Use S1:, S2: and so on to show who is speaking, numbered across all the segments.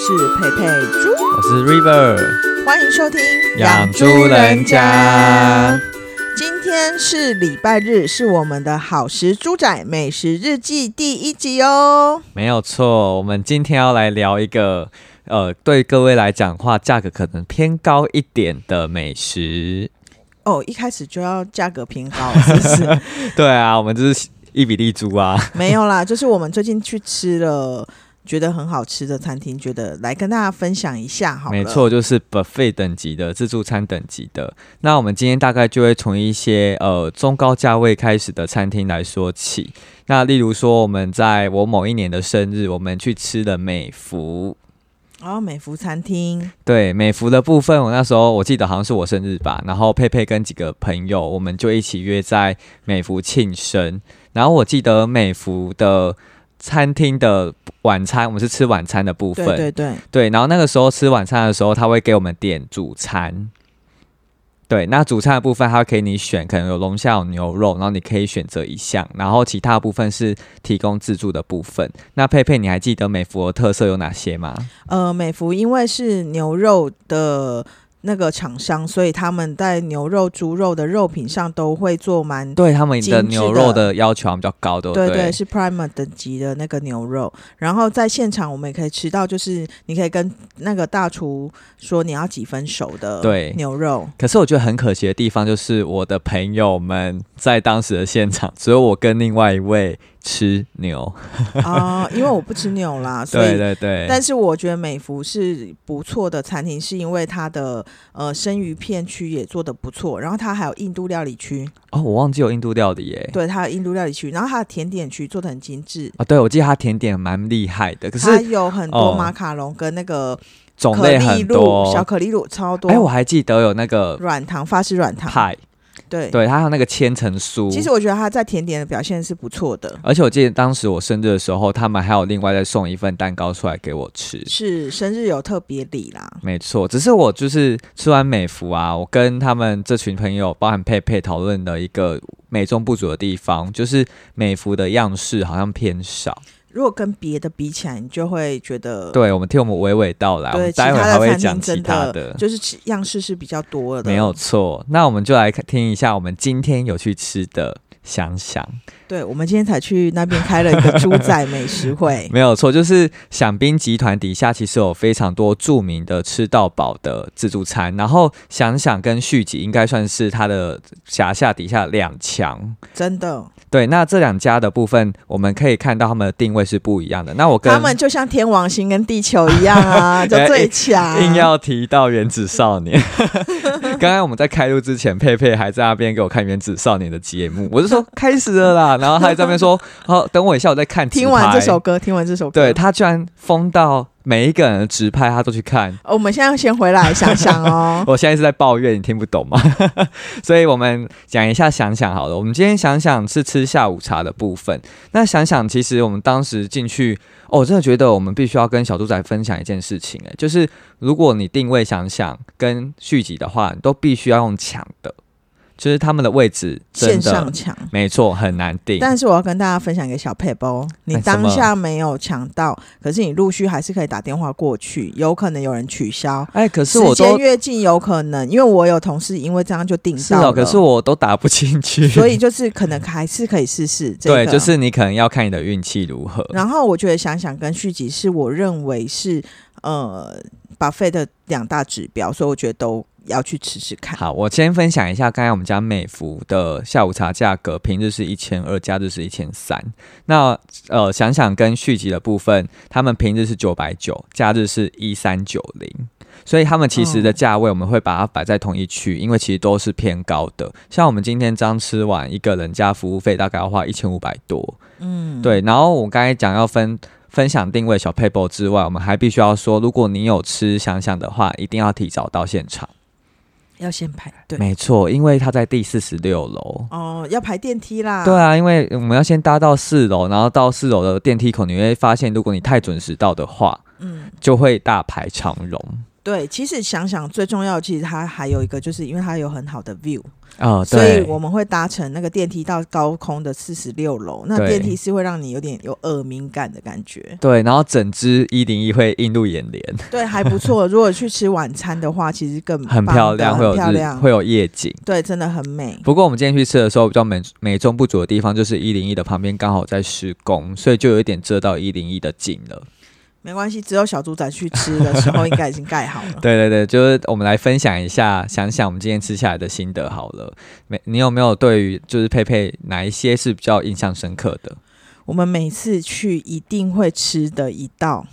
S1: 是佩佩猪，
S2: 我是 River，
S1: 欢迎收听
S2: 养猪人家。
S1: 今天是礼拜日，是我们的好食猪仔美食日记第一集哦。
S2: 没有错。我们今天要来聊一个，呃，对各位来讲话价格可能偏高一点的美食。
S1: 哦，一开始就要价格偏高，是不 是？
S2: 对啊，我们就是伊比利猪啊。
S1: 没有啦，就是我们最近去吃了。觉得很好吃的餐厅，觉得来跟大家分享一下好了。
S2: 没，错，就是 buffet 等级的自助餐等级的。那我们今天大概就会从一些呃中高价位开始的餐厅来说起。那例如说，我们在我某一年的生日，我们去吃了美福。
S1: 然后哦美福餐厅，
S2: 对美服的部分，我那时候我记得好像是我生日吧，然后佩佩跟几个朋友，我们就一起约在美服庆生。然后我记得美服的餐厅的晚餐，我们是吃晚餐的部分，
S1: 对对对，
S2: 对，然后那个时候吃晚餐的时候，他会给我们点主餐。对，那主餐的部分，它会给你选，可能有龙虾、有牛肉，然后你可以选择一项，然后其他的部分是提供自助的部分。那佩佩，你还记得美服的特色有哪些吗？
S1: 呃，美孚因为是牛肉的那个厂商，所以他们在牛肉、猪肉的肉品上都会做蛮。
S2: 对他们
S1: 精
S2: 的
S1: 致
S2: 牛
S1: 的
S2: 肉的要求好像比较高，对不
S1: 对对，是 Prime 等级的那个牛肉，然后在现场我们也可以吃到，就是你可以跟那个大厨说你要几分熟的
S2: 对
S1: 牛肉，
S2: 可是我觉得很可惜的地方就是，我的朋友们在当时的现场，只有我跟另外一位吃牛。
S1: 啊、因为我不吃牛啦，所
S2: 对
S1: 以。
S2: 对对，
S1: 但是我觉得美孚是不错的餐厅，是因为它的呃生鱼片区也做得不错，然后它还有印度料理区，
S2: 哦，我忘记有印度料理耶。
S1: 对，它有印度料理区，然后它的甜点区做的很精致，
S2: 啊，对，我记得它甜点蛮厉害的，可
S1: 它
S2: 是
S1: 有很
S2: 哦
S1: 多马卡龙跟那个
S2: 种
S1: 可
S2: 类
S1: 丽
S2: 很
S1: 露、小
S2: 多。
S1: 可丽露超多，
S2: 哎，我还记得有那个
S1: 软糖法式软糖，
S2: 派，
S1: 对。
S2: 对，它还有那个千层酥。
S1: 其实我觉得它在甜点的表现是不错的，
S2: 而且我记得当时我生日的时候，他们还有另外再送一份蛋糕出来给我吃。
S1: 是生日有特别礼啦。
S2: 没错，只是我就是吃完美服啊，我跟他们这群朋友，包含佩佩讨论的一个美中不足的地方，就是美服的样式好像偏少。
S1: 如果跟别的比起来，你就会觉得
S2: 对，我们听我们娓娓道来，我
S1: 对
S2: 们
S1: 其
S2: 待
S1: 他
S2: 会还会
S1: 的
S2: 讲
S1: 餐厅真
S2: 其他
S1: 的就是吃样式是比较多的。
S2: 没有，错。那我们就来看听一下我们今天有去吃的。想想，
S1: 对我们今天才去那边开了一个猪仔美食会
S2: 没有错，就是享宾集团底下其实有非常多著名的吃到饱的自助餐，然后想想跟续集应该算是它的辖下底下两强。
S1: 真的，
S2: 对，那这两家的部分，我们可以看到他们的定位是不一样的。那我跟哎
S1: 他们就像天王星跟地球一样 啊，就最强。
S2: 硬要提到原子少年， 刚刚我们在开录之前，佩佩还在那边给我看原子少年的节目，我 就说开始了啦，然后他还在那边说，好，等我一下，我再看直
S1: 听完这
S2: 拍
S1: 首，歌，听完这首歌，
S2: 对他居然疯到每一个人的直拍他都去看。
S1: 哦我们现在要先回来想想哦。
S2: 我现在是在抱怨，你听不懂吗？ 所以我们讲一下想想好了。我们今天想想是吃下午茶的部分。那想想，其实我们当时进去，哦，我真的觉得我们必须要跟小猪仔分享一件事情、欸，就是如果你定位想想跟续集的话，你都必须要用抢的，就是他们的位置 真
S1: 线
S2: 的
S1: 上抢，
S2: 没错很难定。
S1: 但是我要跟大家分享一个小配包，你
S2: 哎什
S1: 当
S2: 么
S1: 下没有抢到，可是你陆续还是可以打电话过去，有可能有人取消，
S2: 哎、可是
S1: 时
S2: 我
S1: 间
S2: 都
S1: 越近有可能，因为我有同事因为这样就订
S2: 是
S1: 到了，
S2: 哦，可是我都打不进去，
S1: 所以就是可能还是可以试试这个。
S2: 对，就是你可能要看你的运气如何。
S1: 然后我觉得想想跟续集是我认为是呃把费的两大指标，所以我觉得都要去吃吃看。
S2: 好，我先分享一下，刚才我们家美孚的下午茶价格，平日是一千二，假日是一千三。那呃，想想跟续集的部分，他们平日是九百九，假日是一三九零，所以他们其实的价位我们会把它摆在同一区，因为其实都是偏高的。像我们今天刚吃完，一个人加服务费大概要花一千五百多，
S1: 嗯，
S2: 对，然后我刚才讲要分分享定位小 paper 之外，我们还必须要说，如果你有吃想想的话，一定要提早到现场。
S1: 要先排队
S2: 没错，因为它在第四十六楼。
S1: 哦，要排电梯啦。
S2: 对啊，因为我们要先搭到四楼，然后到四楼的电梯口，你会发现，如果你太准时到的话，
S1: 嗯，
S2: 就会大排长龙。
S1: 对，其实想想最重要的，其实它还有一个，就是因为它有很好的 view，
S2: 哦，
S1: 所以
S2: 对，
S1: 我们会搭乘那个电梯到高空的四十六楼。那
S2: 对
S1: 电梯是会让你有点有耳敏感的感觉，
S2: 对，然后整支一零一会映入眼帘，
S1: 对，还不错。 如果去吃晚餐的话，其实更
S2: 很
S1: 棒
S2: 漂
S1: 的
S2: 亮，会
S1: 很
S2: 有
S1: 漂
S2: 日
S1: 亮，
S2: 会有夜景。
S1: 对，真的很美。
S2: 不过我们今天去吃的时候，比较美美中不足的地方就是一零一的旁边刚好在施工，所以就有一点遮到一零一的景了。
S1: 没关系，只有小猪仔去吃的时候，应该已经盖好 了。
S2: 对对对，就是我们来分享一下，想想我们今天吃下来的心得好了。没，你有没有对于就是佩佩哪一些是比较印象深刻的？
S1: 我们每次去一定会吃的一道，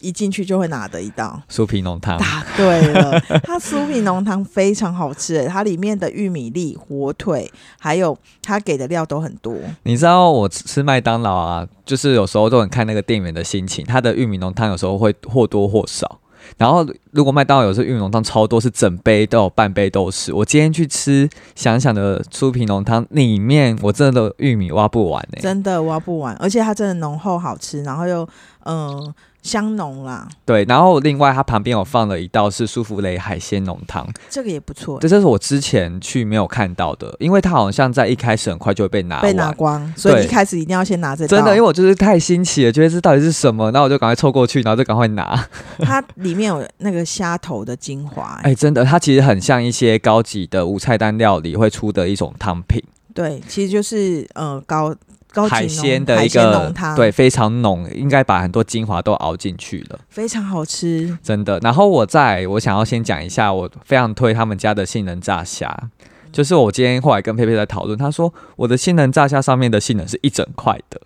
S1: 一进去就会拿的一道。
S2: 酥皮浓汤，
S1: 答对了，它酥皮浓汤非常好吃诶，它里面的玉米粒、火腿，还有它给的料都很多。
S2: 你知道我吃吃麦当劳啊，就是有时候都很看那个店员的心情，他的玉米浓汤有时候会或多或少。然后如果麦当劳有时候玉米浓汤超多，是整杯都有，半杯都是。我今天去吃想想的酥皮浓汤，里面我真的玉米挖不完欸呢、
S1: 真的挖不完，而且它真的浓厚好吃，然后又嗯、呃香浓啦，
S2: 对，然后另外它旁边有放了一道是舒芙蕾海鲜浓汤，
S1: 这个也不错，
S2: 这这是我之前去没有看到的，因为它好像在一开始很快就会被拿
S1: 欸被
S2: 完。
S1: 拿光，所以
S2: 对
S1: 一开始一定要先拿这道。
S2: 真的，因为我就是太新奇了，觉得这到底是什么，那我就赶快凑过去，然后就赶快拿。
S1: 它里面有那个虾头的精华、欸
S2: 哎、真的，它其实很像一些高级的无菜单料理会出的一种汤品，
S1: 对，其实就是呃高高级
S2: 海
S1: 浓
S2: 鲜的
S1: 海
S2: 一
S1: 鲜
S2: 个
S1: 浓汤，
S2: 对，，非常浓，应该把很多精华都熬进去了，
S1: 非常好吃。
S2: 真的。然后我在我想要先讲一下，我非常推他们家的杏仁炸
S1: 嗯
S2: 虾。就是我今天后来跟佩佩在讨论，他说我的杏仁炸虾上面的杏仁是一整块的，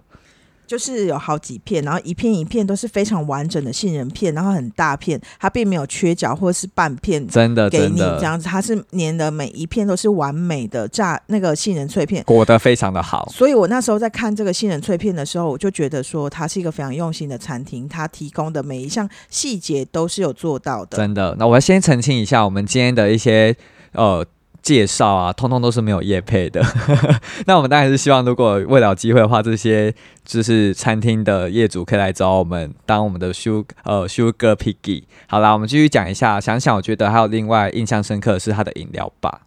S1: 就是有好几片，然后一片一片都是非常完整的杏仁片，然后很大片，它并没有缺角或者是半片
S2: 真的
S1: 给
S2: 真
S1: 你
S2: 的
S1: 这样子，它是粘的每一片都是完美的炸那个杏仁脆片。
S2: 裹得非常的好。
S1: 所以我那时候在看这个杏仁脆片的时候，我就觉得说它是一个非常用心的餐厅，它提供的每一项细节都是有做到的。
S2: 真的，那我要先澄清一下，我们今天的一些呃介绍啊，通通都是没有业配的。 那我们当然是希望，如果未了有机会的话，这些就是餐厅的业主可以来找我们当我们的 sug 呃 sugar piggy。好啦，我们继续讲一下，想想我觉得还有另外印象深刻的是它的饮料吧，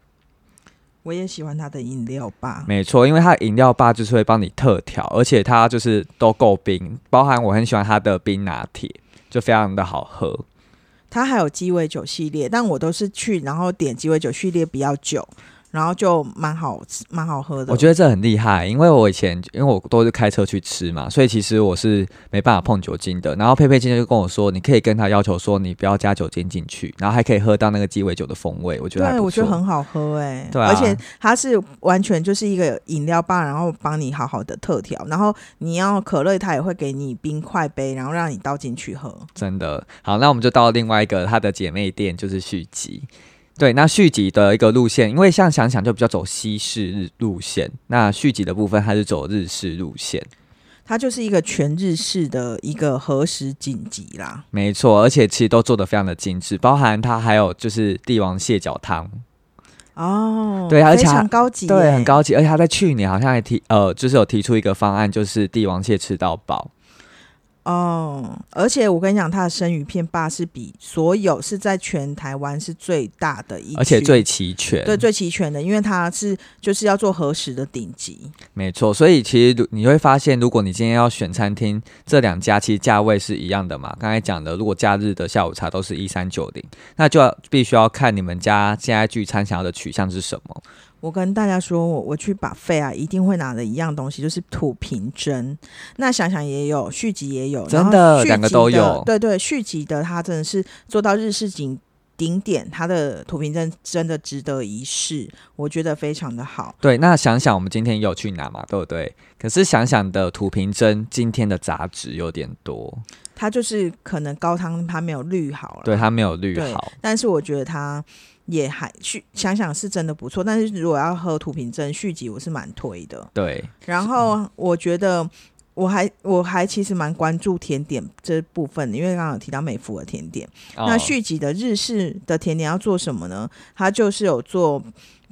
S1: 我也喜欢它的饮料吧，
S2: 没错，因为它的饮料吧就是会帮你特调，而且它就是都够冰，包含我很喜欢它的冰拿铁，就非常的好喝。
S1: 它还有鸡尾酒系列，但我都是去然后点鸡尾酒系列比较久，然后就蛮好吃蛮好喝的。
S2: 我觉得这很厉害，因为我以前因为我都是开车去吃嘛，所以其实我是没办法碰酒精的。然后佩佩今天就跟我说，你可以跟他要求说你不要加酒精进去，然后还可以喝到那个鸡尾酒的风味，我觉得还
S1: 对，
S2: 不
S1: 我觉得
S2: 错。
S1: 很好喝哎、
S2: 对啊
S1: 而且它是完全就是一个饮料吧，然后帮你好好的特调，然后你要可乐，它也会给你冰块杯，然后让你倒进去喝。
S2: 真的好，那我们就到另外一个它的姐妹店，就是续集。对，那续集的一个路线，因为像想想就比较走西式日路线，那续集的部分它是走日式路线。
S1: 它就是一个全日式的一个和食锦集啦。
S2: 没错，而且其实都做的非常的精致，包含它还有就是帝王蟹脚汤，
S1: 哦，
S2: 对而且
S1: 非
S2: 它
S1: 常高级、
S2: 对，很。高级，而且他在去年好像还提呃，就是有提出一个方案，就是帝王蟹吃到饱。
S1: 哦，而且我跟你讲，它的生鱼片吧是比所有是在全台湾是最大的一区，
S2: 而且最齐全，
S1: 对最齐全的，因为它是就是要做和食的顶级。
S2: 没错。所以其实如你会发现，如果你今天要选餐厅，这两家其实价位是一样的嘛。刚才讲的，如果假日的下午茶都是一三九零，那就要必须要看你们家现在聚餐想要的取向是什么。
S1: 我跟大家说，我我去把费啊，一定会拿的一样东西就是土瓶针。那想想也有，续集也有，
S2: 真的
S1: 然后续集
S2: 两个都有
S1: 对对，续集的它真的是做到日式景顶点，它的土瓶针真的值得一试，我觉得非常的好。
S2: 对，那想想我们今天有去哪嘛，对不对？可是想想的土瓶针今天的杂质有点多，
S1: 它就是可能高汤它没有滤好了，
S2: 对，它没有滤
S1: 对
S2: 好。
S1: 但是我觉得它。也还续想想是真的不错，但是如果要喝土瓶针续集，我是蛮推的。
S2: 对，
S1: 然后我觉得我还我还其实蛮关注甜点这部分的，因为刚刚有提到美孚的甜点。那
S2: 哦
S1: 续集的日式的甜点要做什么呢？它就是有做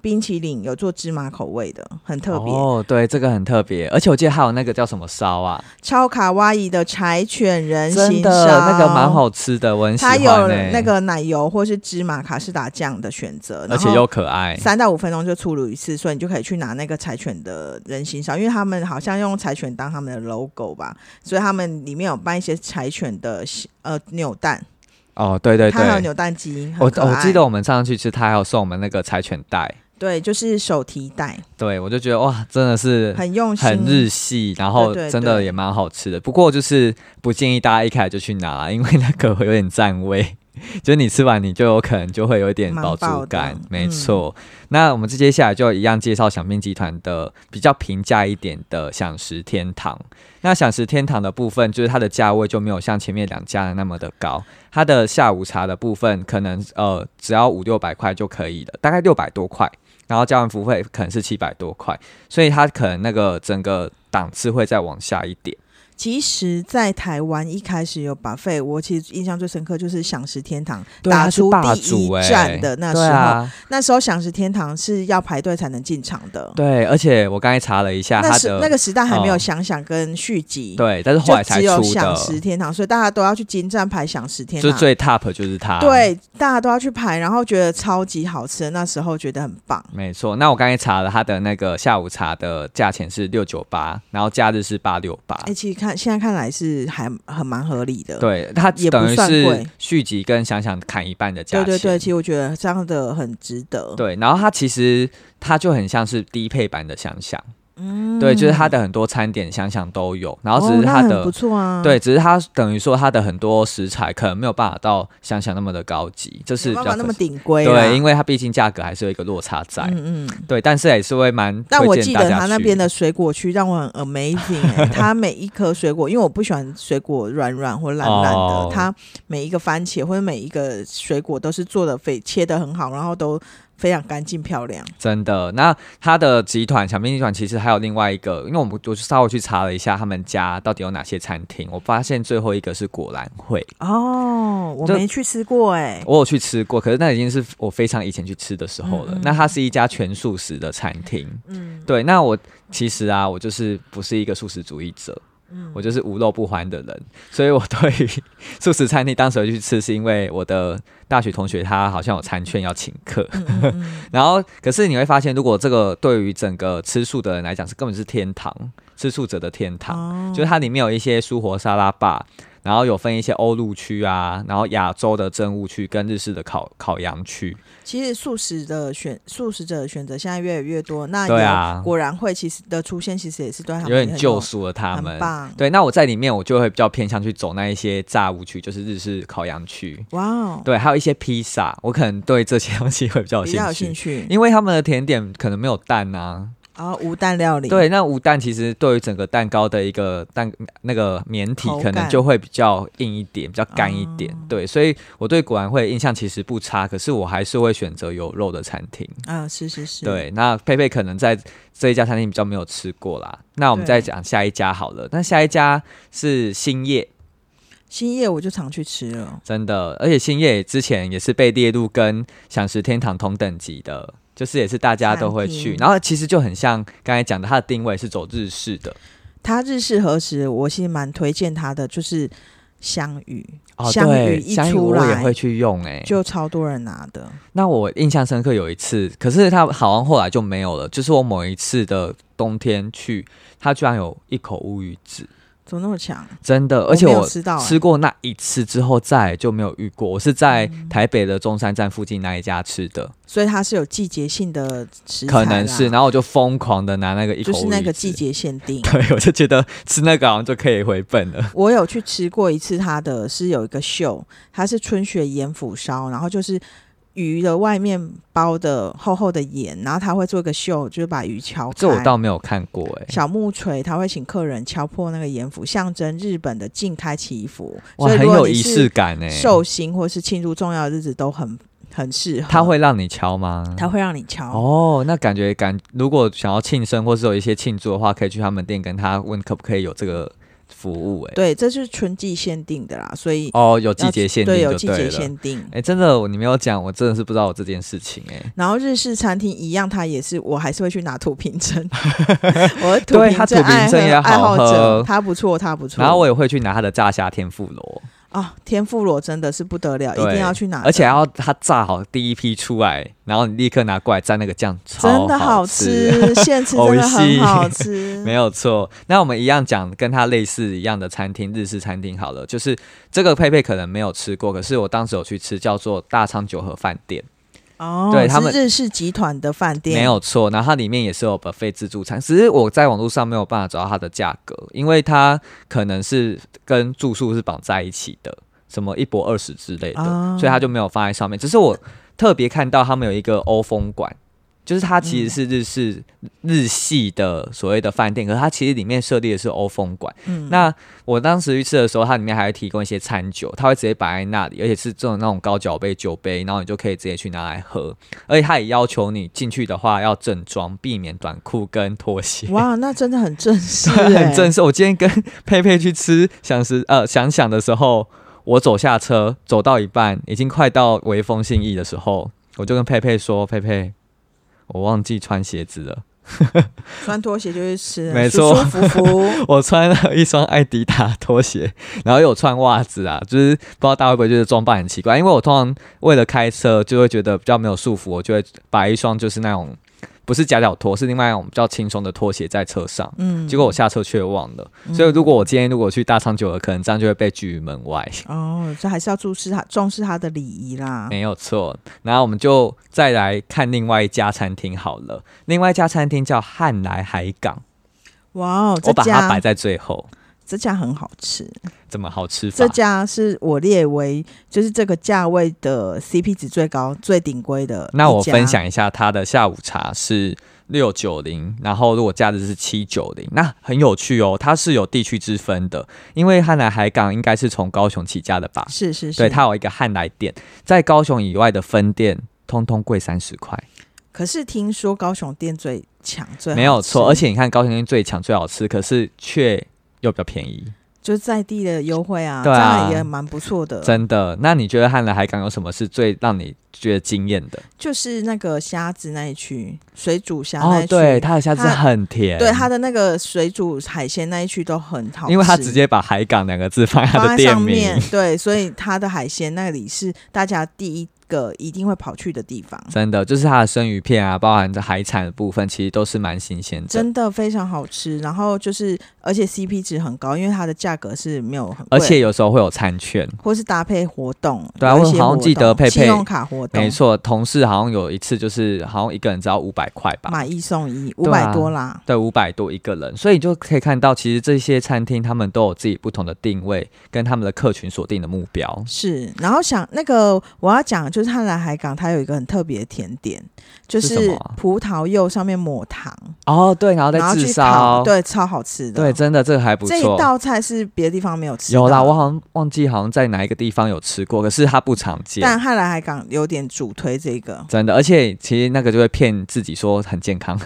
S1: 冰淇淋有做芝麻口味的，很特别。
S2: 哦，对，这个很特别，而且我记得还有那个叫什么烧啊，
S1: 超卡哇伊的柴犬人
S2: 真
S1: 形
S2: 的
S1: 烧，
S2: 那个蛮。好吃的，我很喜
S1: 它
S2: 欢、
S1: 有
S2: 欸。
S1: 那，个奶油或是芝麻卡士达酱的选择，
S2: 而且又可爱。
S1: 三到五分钟就出炉一次，所以你就可以去拿那个柴犬的人形烧，因为他们好像用柴犬当他们的 logo 吧，所以他们里面有办一些柴犬的呃扭蛋，
S2: 哦，对对
S1: 它还有
S2: 对，
S1: 扭蛋机，很
S2: 我
S1: 可爱
S2: 我记得我们上次去吃，他还有送我们那个柴犬袋，
S1: 对，就是手提袋，
S2: 对我就觉得哇，真的是
S1: 很用心，
S2: 很日系，然后
S1: 对对
S2: 真的
S1: 对
S2: 也蛮好吃的。不过就是不建议大家一开始就去拿，因为那个会有点占位，就是你吃完你就有可能就会有一点饱
S1: 蛮
S2: 足
S1: 饱的
S2: 感
S1: 嗯。
S2: 没错，那我们接下来就一样介绍享宾集团的比较平价一点的享食天堂。那享食天堂的部分，就是它的价位就没有像前面两家的那么的高，它的下午茶的部分可能呃只要五六百块就可以了，大概六百多块。然后加完服务费可能是七百多块，所以它可能那个整个档次会再往下一点。
S1: 其实，在台湾一开始有把费，我其实印象最深刻就是享食天堂
S2: 对
S1: 打
S2: 它是
S1: 出
S2: 霸
S1: 第一
S2: 主欸
S1: 站的那时候，
S2: 对啊，
S1: 那时候享食天堂是要排队才能进场的。
S2: 对，而且我刚才查了一下，
S1: 那
S2: 它
S1: 时
S2: 的
S1: 那个时代还没有
S2: 嗯
S1: 想想跟续集，
S2: 对，但是后来
S1: 就
S2: 才
S1: 只
S2: 出
S1: 有享食
S2: 的，
S1: 天堂，所以大家都要去金站排享食天
S2: 就
S1: 堂。
S2: 最 top 就是它。，
S1: 对，大家都要去排，然后觉得超级好吃，那时候觉得很棒。
S2: 没错。那我刚才查了它的那个下午茶的价钱是六九八，然后假日是八六八。
S1: 哎、其实看现在看来是还很蛮合理的。
S2: 对，它
S1: 也不
S2: 等于
S1: 算
S2: 是
S1: 贵
S2: 续集跟想想砍一半的价
S1: 对
S2: 钱。
S1: 对对，其实我觉得这样的很值得。
S2: 对，然后它其实它就很像是低配版的想想。
S1: 嗯
S2: 对，就是它的很多餐点想想都有，然后只是
S1: 哦那
S2: 它
S1: 很
S2: 的、
S1: 不错啊。
S2: 对，只是它等于说它的很多食材可能没有办法到想想那么的高级，这是
S1: 没
S2: 比较
S1: 办法那
S2: 可
S1: 么
S2: 惜
S1: 顶规啦，
S2: 对，因为它毕竟价格还是有一个落差在，
S1: 嗯嗯。
S2: 对，但是也是会蛮
S1: 但我
S2: 推
S1: 记
S2: 荐大
S1: 得
S2: 家
S1: 他那
S2: 去
S1: 边的水果区让我很 amazing，、欸、他每一颗水果，因为我不喜欢水果软软或烂烂
S2: 哦
S1: 的，它每一个番茄或者每一个水果都是做的非切的很好，然后都非常干净漂亮。
S2: 真的，那它的集团小兵集团其实还有另外一个，因为我们我就稍微去查了一下他们家到底有哪些餐厅，我发现最后一个是果兰会，
S1: 哦，我
S2: 这
S1: 没去吃过哎、
S2: 我有去吃过，可是那已经是我非常以前去吃的时候了。
S1: 嗯嗯
S2: 那它是一家全素食的餐厅，嗯，对。那我其实啊，我就是不是一个素食主义者，
S1: 嗯
S2: 我就是无肉不欢的人，所以我对于素食餐厅当时去吃，是因为我的大学同学他好像有餐券要请客，
S1: 嗯
S2: 然后可是你会发现，如果这个对于整个吃素的人来讲，是根本是天堂，吃素者的天堂。
S1: 哦，
S2: 就是它里面有一些蔬活沙拉吧，然后有分一些欧陆区啊，然后亚洲的蒸物区跟日式的烤烤羊区。
S1: 其实素食的选素食者的选择现在越来越多，那
S2: 对啊
S1: 有果然会其实的出现其实也是对他们
S2: 有点
S1: 很
S2: 救赎了他们
S1: 很。棒。
S2: 对，那我在里面我就会比较偏向去走那一些炸物区，就是日式烤羊区。
S1: 哇哦，
S2: 对，还有一些披萨，我可能对这些东西会比较有
S1: 比
S2: 兴
S1: 较有
S2: 趣，
S1: 兴趣
S2: 因为他们的甜点可能没有蛋啊。
S1: 啊，无蛋料理。
S2: 对，那无蛋其实对于整个蛋糕的一个蛋那个绵体
S1: 口
S2: 可能
S1: 感哦
S2: 就会比较硬一点，比较干一点。对，所以我对果然会的印象其实不差，可是我还是会选择有肉的餐厅。
S1: 啊，是是是，，
S2: 对，那佩佩可能在这一家餐厅比较没有吃过啦。那我们再
S1: 对
S2: 讲下一家好了。那下一家是兴业，
S1: 新叶我就常去吃了。
S2: 真的，而且兴业之前也是被列入跟享食天堂同等级的，就是也是大家都会
S1: 餐
S2: 去。
S1: 厅
S2: 然后其实就很像刚才讲的，它的定位是走日式的。
S1: 它日式和食，我其实蛮推荐它的，就是香芋，
S2: 哦，
S1: 香
S2: 对
S1: 芋一
S2: 香芋
S1: 出
S2: 我也
S1: 来
S2: 会去用哎、
S1: 就超多人拿的。
S2: 那我印象深刻有一次，可是它好像后来就没有了。就是我某一次的冬天去，它居然有一口乌鱼子，
S1: 怎么那么强？
S2: 真的，而且
S1: 没有
S2: 我
S1: 吃到、欸
S2: 吃过那一次之后，再也就没有遇过。我是在
S1: 嗯
S2: 台北的中山站附近那一家吃的，
S1: 所以它是有季节性的食材啦，
S2: 可能是，然后我就疯狂的拿那个一口
S1: 就
S2: 乌鱼子，。
S1: 是那个季。节限定
S2: 对，我就觉得吃那个好像就可以回本了。
S1: 我有去吃过一次，它的是有一个秀，它是春雪盐腐烧，然后就是鱼的外面包的厚厚的盐，然后它会做一个秀，就是把鱼敲开。
S2: 这我倒没有看过哎、
S1: 小木锤，他会请客人敲破那个盐釜，象征日本的静开祈福。
S2: 哇，
S1: 所以
S2: 很
S1: 如果
S2: 有
S1: 你
S2: 仪
S1: 是
S2: 式感哎、
S1: 寿星或是庆祝重要的日子都很很适合。
S2: 它会让你敲吗？
S1: 他会让你敲，
S2: 哦，那感觉感如果想要庆生或是有一些庆祝的话，可以去他们店跟他问可不可以有这个服务、欸，哎，
S1: 对，这是春季限定的啦，所以
S2: 哦，有季
S1: 要
S2: 节限定
S1: 对
S2: 就
S1: 有季节
S2: 了。
S1: 限定。
S2: 哎、真的，你没有讲，我真的是不知道我这件事情、欸，哎。
S1: 然后日式餐厅一样，它也是我还是会去拿土瓶 蒸，我是
S2: 对
S1: 瓶
S2: 它
S1: 蒸
S2: 土瓶
S1: 爱
S2: 蒸也
S1: 喝爱
S2: 好
S1: 好
S2: 喝
S1: 者，它不错，它不错。
S2: 然后我也会去拿它的炸虾天妇罗，
S1: 啊，天妇罗真的是不得了，一
S2: 对
S1: 定要去拿的，
S2: 而且还要它炸好第一批出来，然后你立刻拿过来蘸那个酱，超
S1: 真的
S2: 好
S1: 吃， 现吃真的很好吃。
S2: 没有错，那我们一样讲跟它类似一样的餐厅，日式餐厅好了，就是这个佩佩可能没有吃过，可是我当时有去吃，叫做大昌九和饭店，
S1: 哦，
S2: 对他们
S1: 是日式集团的饭店，
S2: 没有错。然后它里面也是有 buffet 自助餐，只是我在网络上没有办法找到它的价格，因为它可能是跟住宿是绑在一起的，什么一博二十之类的，
S1: 哦
S2: 所以它就没有放在上面。只是我特别看到他们有一个欧风馆。就是它其实是日式、日系的所谓的饭店，可是它其实里面设立的是欧风馆，
S1: 嗯，
S2: 那我当时去吃的时候，它里面还会提供一些餐酒，它会直接摆在那里，而且是这种那种高脚杯酒杯，然后你就可以直接去拿来喝。而且它也要求你进去的话要正装，避免短裤跟拖 鞋。
S1: 哇，那真的很正式、
S2: 对，
S1: 欸，
S2: 很正式。我今天跟佩佩去吃想食呃想想的时候，我走下车，走到一半，已经快到微风信义的时候，我就跟佩佩说：“佩佩，我忘记穿鞋子了。”
S1: 穿拖鞋就去吃，
S2: 没
S1: 舒
S2: 错。
S1: 舒服服
S2: 我穿了一双艾迪达拖鞋，然后有穿袜子啊，就是不知道大家会不会觉得装扮很奇怪，因为我通常为了开车就会觉得比较没有束缚，我就会把一双就是那种不是夹脚拖，是另外一种比较轻松的拖鞋在车上。
S1: 嗯，
S2: 结果我下车却忘了，所以如果我今天如果去大昌久了，可能这样就会被拒于门外。
S1: 哦，这还是要注视他重视他的礼仪啦。
S2: 没有错，然后我们就再来看另外一家餐厅好了。另外一家餐厅叫汉来海港，
S1: 哇哦，这
S2: 我把它摆
S1: 家
S2: 在最后，
S1: 这家很好吃，
S2: 怎么好吃法
S1: 这？家是我列为就是这个价位的 CP 值最高、最顶规的。
S2: 那我分，享一下它的下午茶是六九零，然后如果假日是七九零，那很有趣哦，它是有地区之分的，因为汉来海港应该是从高雄起家的吧？
S1: 是是是，
S2: 对，它有一个汉来店，在高雄以外的分店通通贵三十块，
S1: 可是听说高雄店最强，最好
S2: 没有错。而
S1: 吃
S2: 且你看高雄店最强最好吃，可是却又比较便宜，
S1: 就是在地的优惠啊，
S2: 对啊
S1: 这样也蛮不错的。
S2: 真的。那你觉得汉来海港有什么是最让你觉得惊艳的？
S1: 就是那个虾子那一区，水煮虾那
S2: 哦
S1: 一，区，
S2: 对，它的虾子
S1: 它
S2: 很甜，
S1: 对它的那个水煮海鲜那一区都很好吃，
S2: 因为它直接把海港两个字放在它
S1: 放
S2: 的
S1: 在
S2: 店
S1: 上
S2: 名。
S1: 面，对，所以它的海鲜那里是大家第一个一定会跑去的地 方，
S2: 真的，就是它的生鱼片啊，包含着海产的部分，其实都是蛮新鲜的。
S1: 真的非常好吃。然后就是，而且 CP 值很高，因为它的价格是没有很贵，
S2: 而且有时候会有餐券，
S1: 或是搭配活动，
S2: 对啊
S1: 有一
S2: 我
S1: 些
S2: 好像
S1: 活
S2: 记得
S1: 动
S2: 佩佩
S1: 信用卡活动
S2: 没，错。同事好像有一次就是好像一个人只要五百块吧，
S1: 买一送一，五
S2: 对啊
S1: 百多啦。
S2: 对，五百多一个人，所以就可以看到，其实这些餐厅他们都有自己不同的定位，跟他们的客群锁定的目标。
S1: 是，然后想那个我要讲，就是它来海港，它有一个很特别的甜点，就是
S2: 什
S1: 是
S2: 么啊
S1: 葡萄柚上面抹糖，
S2: 哦，对，然后再
S1: 然后
S2: 炙
S1: 去
S2: 烧，
S1: 烤，对，超好吃的。
S2: 哦对，真的这个还不
S1: 这
S2: 错
S1: 一。道菜是别的地方没有吃到
S2: 有
S1: 的。
S2: 啦，我好像忘记好像在哪一个地方有吃过，可是它不常见，
S1: 但汉来海港有点主推这 个。
S2: 真的。而且其实那个就会骗自己说很健 康，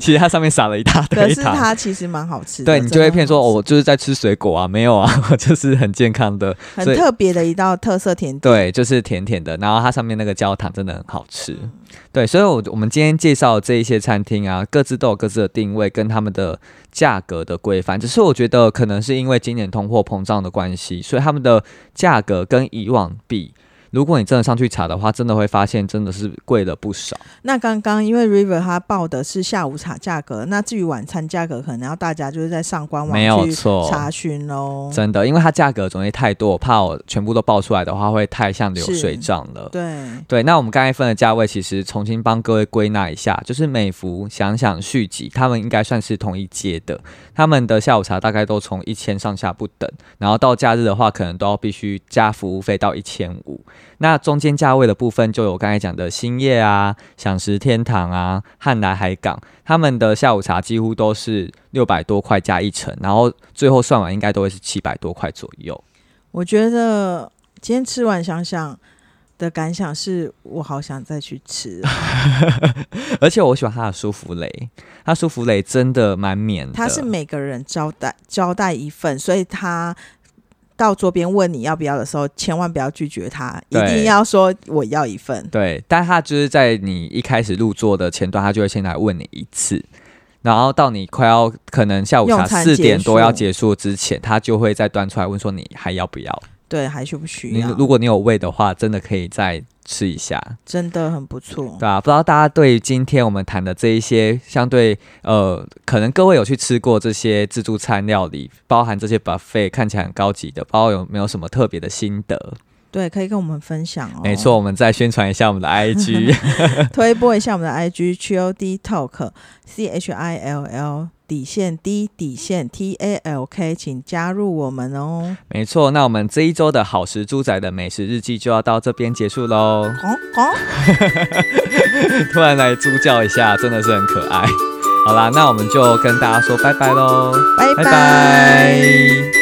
S2: 其实它上面撒了一大
S1: 可
S2: 堆
S1: 是
S2: 糖。
S1: 它其实蛮好吃的，
S2: 对你就会骗说，哦，
S1: 哦，
S2: 我就是在吃水果啊，没有啊， 我就是很健康的。
S1: 很
S2: 所以
S1: 特别的一道特色甜点。
S2: 对，就是甜甜的，然后它上面那个焦糖真的很好吃。
S1: 嗯
S2: 对，所以我我们今天介绍的这一些餐厅啊，各自都有各自的定位跟他们的价格的规范。只是我觉得可能是因为今年通货膨胀的关系，所以他们的价格跟以往比。如果你真的上去查的话，真的会发现真的是贵了不少。
S1: 那刚刚因为 River 他报的是下午茶价格，那至于晚餐价格，可能要大家就是在上官
S2: 没有
S1: 网去
S2: 错
S1: 查询喽。
S2: 真的，因为它价格种类太多，我怕我全部都报出来的话，会太像流
S1: 是
S2: 水账了。
S1: 对，
S2: 对，那我们刚才分的价位，其实重新帮各位归纳一下，就是美孚、想想、续集，他们应该算是同一阶的。他们的下午茶大概都从一千上下不等，然后到假日的话，可能都要必须加服务费到一千五。那中间价位的部分，就有刚才讲的兴业啊、享食天堂啊、汉来海港，他们的下午茶几乎都是六百多块加一成，然后最后算完应该都会是七百多块左右。
S1: 我觉得今天吃完想想，的感想是我好想再去 吃哦，
S2: 而且我喜欢它的舒芙蕾，它舒芙蕾真的蛮绵的。
S1: 他是每个人招待招待一份，所以他到桌边问你要不要的时候，千万不要拒绝他，一
S2: 对
S1: 定要说我要一份。
S2: 对，但它就是在你一开始入座的前段，它就会先来问你一次，然后到你快要可能下午茶
S1: 用餐
S2: 四点
S1: 结束
S2: 多要结束之前，它就会再端出来问说你还要不要？
S1: 对，还需不需
S2: 你
S1: 要？
S2: 如果你有胃的话，真的可以再吃一下。
S1: 真的很不错。
S2: 对啊，不知道大家对于今天我们谈的这一些相对呃，可能各位有去吃过这些自助餐料理，包含这些 buffet 看起来很高级的，不知道有没有什么特别的心得？
S1: 对，可以跟我们分享哦。
S2: 没，错，我们再宣传一下我 们的 IG，
S1: 推播一下我们的 IG CHILD Talk C H I L L 底线 D 底线 T A L K，请加入我们哦。
S2: 没错。那我们这一周的好食猪仔的美食日记就要到这边结束喽。
S1: 哦 哦，
S2: 突然来猪叫一下，真的是很可爱。好啦，那我们就跟大家说拜拜喽，
S1: 拜
S2: 拜拜